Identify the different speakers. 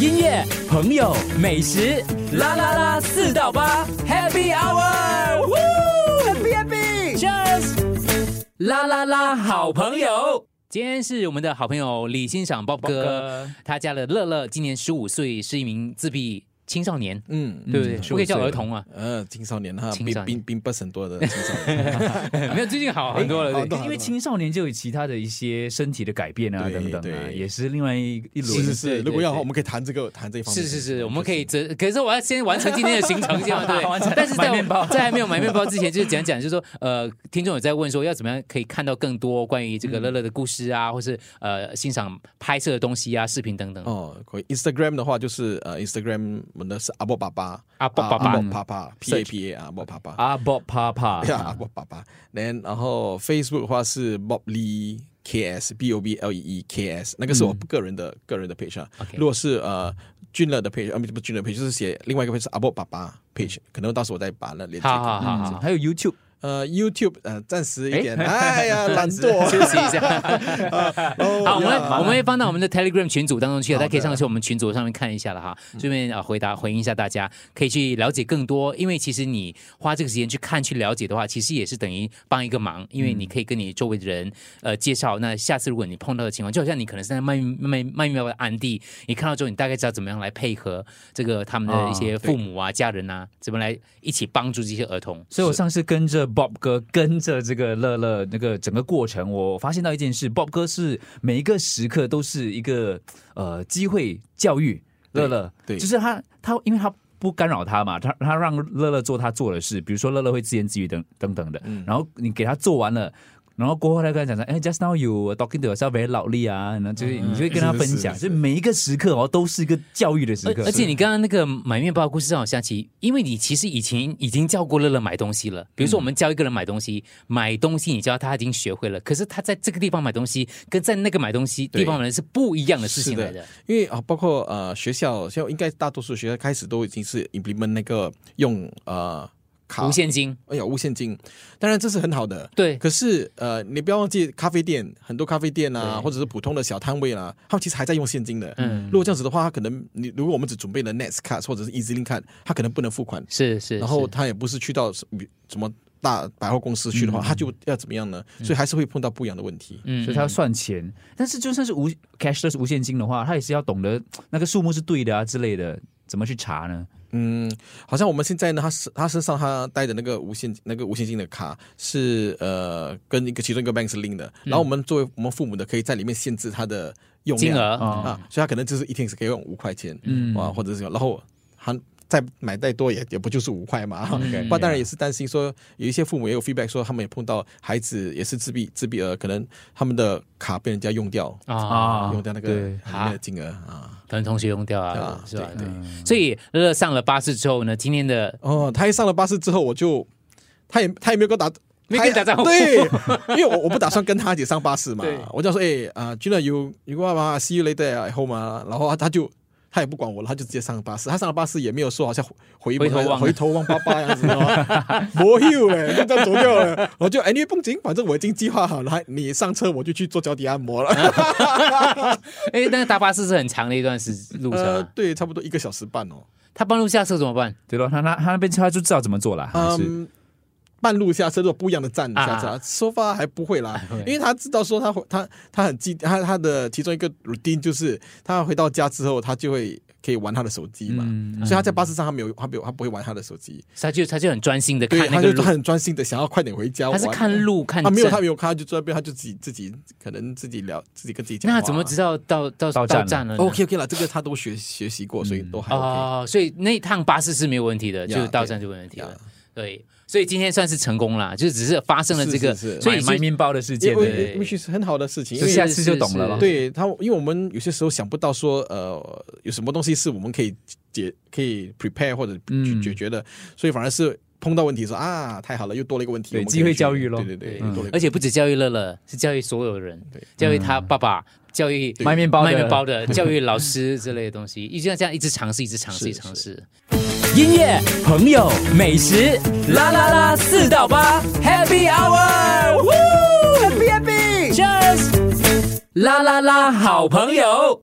Speaker 1: 音乐、朋友、美食，啦啦啦，四到八，Happy Hour，Happy Happy，Cheers，啦啦啦，好朋友。今天是我们的好朋友李欣赏 Bob 哥，他家的乐乐今年十五岁，是一名自闭青少 年，
Speaker 2: 嗯，
Speaker 1: 对不对？不可以叫儿童啊，
Speaker 2: 呃，青少年哈，
Speaker 1: 青
Speaker 2: 并
Speaker 1: 少年
Speaker 2: 并并不是很 多的青少年，
Speaker 1: 没有最近好很多了，
Speaker 2: 哎好
Speaker 1: 对
Speaker 2: 多
Speaker 3: 可是因为青少年就有其他的一些身体的改变啊，
Speaker 2: 对
Speaker 3: 等等啊，
Speaker 2: 对
Speaker 3: 也是另外一一
Speaker 2: 是是
Speaker 3: 轮。
Speaker 1: 对
Speaker 2: 是。
Speaker 1: 对
Speaker 2: 如果要的话，
Speaker 1: 对
Speaker 2: 我们可以谈这个谈这一方面。
Speaker 1: 是是是，我们可以这，可是我要先完成今天的行程，先嘛， 对
Speaker 3: 完成。
Speaker 1: 但是在
Speaker 3: 买面
Speaker 1: 我
Speaker 3: 包
Speaker 1: 在还没有买面包之前，就是讲讲，就是说，呃，听众有在问说，要怎么样可以看到更多关于这个乐乐的故事 啊，或是呃欣赏拍摄的东西啊、视频等等。
Speaker 2: 哦，可以。Instagram 的话就是呃，Instagram 我们的是阿波爸爸，
Speaker 1: 阿波爸爸
Speaker 2: 啊阿波爸爸，P A P A 阿波爸爸，
Speaker 3: 阿 Bob Papa，
Speaker 2: 对啊， 阿波爸爸。然然后 Facebook 的话是 Bob Lee K S B O B L E E K S，那个是我个人的个人的 page 啊
Speaker 1: 嗯 OK。
Speaker 2: 如果是呃俊乐的 page，啊不是不是俊乐 page，就是写另外一个 page 是阿波爸爸 page，可能到时候我再把那连接给
Speaker 1: 好
Speaker 2: 你
Speaker 1: 好好好
Speaker 3: 嗯，，还有 YouTube，
Speaker 2: 呃，YouTube 呃，暂时一
Speaker 1: 诶
Speaker 2: 点，哎呀，懒
Speaker 1: 休
Speaker 2: 惰。
Speaker 1: 息一下。
Speaker 2: 哦
Speaker 1: 好，我们
Speaker 2: 呀
Speaker 1: 我们会放到我们的 Telegram 群组当中去，大家可以上去我们群组上面看一下了哈，顺便啊回答回应一下大家，可以去了解更多。因为其实你花这个时间去看去了解的话，其实也是等于帮一个忙，因为你可以跟你周围的人呃介绍。那下次如果你碰到的情况，就好像你可能是在卖卖卖面包的安迪，你看到之后，你大概知道怎么样来配合这个他们的一些父母啊、家人啊，怎么来一起帮助这些儿童。
Speaker 3: 所以我上次跟着 Bob 哥，跟着这个乐乐那个整个过程，我发现到一件事，Bob 哥是每一个时刻都是一个呃机会教育乐乐，
Speaker 2: 对对
Speaker 3: 就是他他因为他。不干扰他嘛，他他让乐乐做他做的事，比如说乐乐会自言自语等等等的，
Speaker 2: 嗯
Speaker 3: 然后你给他做完了，然后过后他跟他讲说，哎，just now you talking to yourself very loudly 啊，然后就是你就会跟他
Speaker 2: 嗯是
Speaker 3: 分
Speaker 2: 是
Speaker 3: 享，
Speaker 2: 是
Speaker 3: 就是每一个时刻哦都是一个教育的时刻
Speaker 1: 而，而且你刚刚那个买面包的故事让我想起，因为你其实以前已经教过乐乐买东西了。比如说，我们教一个人买东西，买东西你教他他已经学会了，可是他在这个地方买东西跟在那个买东西
Speaker 2: 对
Speaker 1: 地方买的是不一样的事情来的。
Speaker 2: 因为啊，包括呃学校，现在应该大多数学校开始都已经是 implement 那个用呃卡
Speaker 1: 无，现金，
Speaker 2: 哎呀无现金，当然这是很好的。
Speaker 1: 对，
Speaker 2: 可是呃，你不要忘记咖啡店，很多咖啡店啊，
Speaker 1: 对
Speaker 2: 或者是普通的小摊位啊，他们其实还在用现金的。
Speaker 1: 嗯，
Speaker 2: 如果这样子的话，他可能你如果我们只准备了 Nets card 或者是 EasyLink card，他可能不能付款。
Speaker 1: 是是。
Speaker 2: 然后
Speaker 1: 是
Speaker 2: 他也不是去到什么什么大百货公司去的话，他就要怎么样呢？所以还是会碰到不一样的问题。
Speaker 1: 嗯
Speaker 3: 所以他要算钱。但是就算是无 cashless 无现金的话，他也是要懂得那个数目是对的啊之类的，怎么去查呢？
Speaker 2: 嗯，好像我们现在呢，他身他身上他带的那个无限那个无限金的卡是呃跟一个其中一个 bank 是 link 的，然后我们作为我们父母的可以在里面限制他的用
Speaker 1: 金
Speaker 2: 量
Speaker 1: 额
Speaker 3: 啊
Speaker 2: 啊，所以他可能就是一天只可以用五块钱，
Speaker 3: 嗯
Speaker 2: 啊，或者是有然后还再买再多也也不就是五块嘛。
Speaker 1: 嗯
Speaker 2: 不过当然也是担心说，有一些父母也有 feedback 说，他们也碰到孩子也是自闭自闭儿，呃可能他们的卡被人家用掉，
Speaker 1: 啊
Speaker 3: 啊，
Speaker 2: 用掉那个
Speaker 3: 对
Speaker 2: 里面的金额啊。
Speaker 1: 可能同学用掉啊
Speaker 2: 啊，
Speaker 1: 是吧？
Speaker 2: 对
Speaker 1: 对。所以乐乐上了巴士之后呢，今天的
Speaker 2: 哦，他一上了巴士之后，我就他也他也没有跟我打。
Speaker 1: 没跟你打招呼
Speaker 2: 他对，因为我我不打算跟他一起上巴士嘛
Speaker 1: 对，
Speaker 2: 我就说，哎啊，Gina you you go out 嘛，see you later at home 啊，然后他他就他也不管我了，他就直接上巴士，他上了巴士也没有说好像回
Speaker 1: 回头望
Speaker 2: 回头望爸爸样子 哦，没有哎，就这样走掉了，我就哎，你不紧，反正我已经计划好了，还你上车我就去做脚底按摩了，
Speaker 1: 啊哎，但是搭巴士是很长的一段时路程
Speaker 2: 呃
Speaker 1: 啊，，
Speaker 2: 对，差不多一个小时半哦，
Speaker 1: 他半路下车怎么办？
Speaker 3: 对咯，他那他那边他就知道怎么做了，还是
Speaker 2: 嗯，半路下车，如果不一样的站
Speaker 1: 啊
Speaker 2: 下车，说法还不会 啦
Speaker 1: 会，
Speaker 2: 因为他知道说他回他他很记他他的其中一个 routine 就是他回到家之后，他就会可以玩他的手机嘛，
Speaker 3: 嗯
Speaker 2: 所以他在巴士上他没有他没有他不会玩他的手机，
Speaker 1: 他就他就很专心的
Speaker 2: 对，
Speaker 1: 看那
Speaker 2: 他
Speaker 1: 个
Speaker 2: 就
Speaker 1: 路，
Speaker 2: 很专心的想要快点回家
Speaker 1: 他
Speaker 2: 玩。啊
Speaker 1: 是看路看
Speaker 2: 他没有
Speaker 1: 站
Speaker 2: 他没有看，他就坐在那边，他就自己自己可能自己聊自己跟自己讲话。
Speaker 1: 那怎么知道到到
Speaker 3: 到站了
Speaker 1: 了呢
Speaker 2: OK OK 了，这个他都学学习过，所以都还 OK。
Speaker 1: 哦，所以那一趟巴士是没有问题的，
Speaker 2: 呀
Speaker 1: 就是到站就没问题了
Speaker 2: 呀。
Speaker 1: 对，所以今天算是成功啦，就只是发生了这个，
Speaker 2: 是是是
Speaker 1: 所以
Speaker 3: 买买
Speaker 1: 是
Speaker 3: 面包的事件
Speaker 2: 因
Speaker 3: 呢，
Speaker 2: 为 which is 很好的事情，因
Speaker 3: 就
Speaker 2: 为
Speaker 3: 下次就懂了咯。
Speaker 2: 对他，因为我们有些时候想不到说，呃，有什么东西是我们可以解、可以 prepare 或者去
Speaker 3: 嗯
Speaker 2: 解决的，所以反而是碰到问题说啊，太好了，又多了一个问题，
Speaker 3: 对
Speaker 2: 我们可以
Speaker 3: 机会
Speaker 2: 去
Speaker 3: 教育咯嗯
Speaker 2: 对对对，
Speaker 1: 对
Speaker 2: 又多了一
Speaker 1: 嗯
Speaker 2: 个
Speaker 1: 而且不止教育乐乐，是教育所有人
Speaker 2: 对，
Speaker 1: 教育他爸爸，教育
Speaker 3: 卖面包的
Speaker 1: 卖面包的， 教育老师之类的东西，一直这样一直尝试，一直尝试，
Speaker 2: 是
Speaker 1: 一直尝试。音乐、朋友、美食，啦啦啦，四到八，Happy Hour，Happy Happy，Cheers，啦啦啦，好朋友。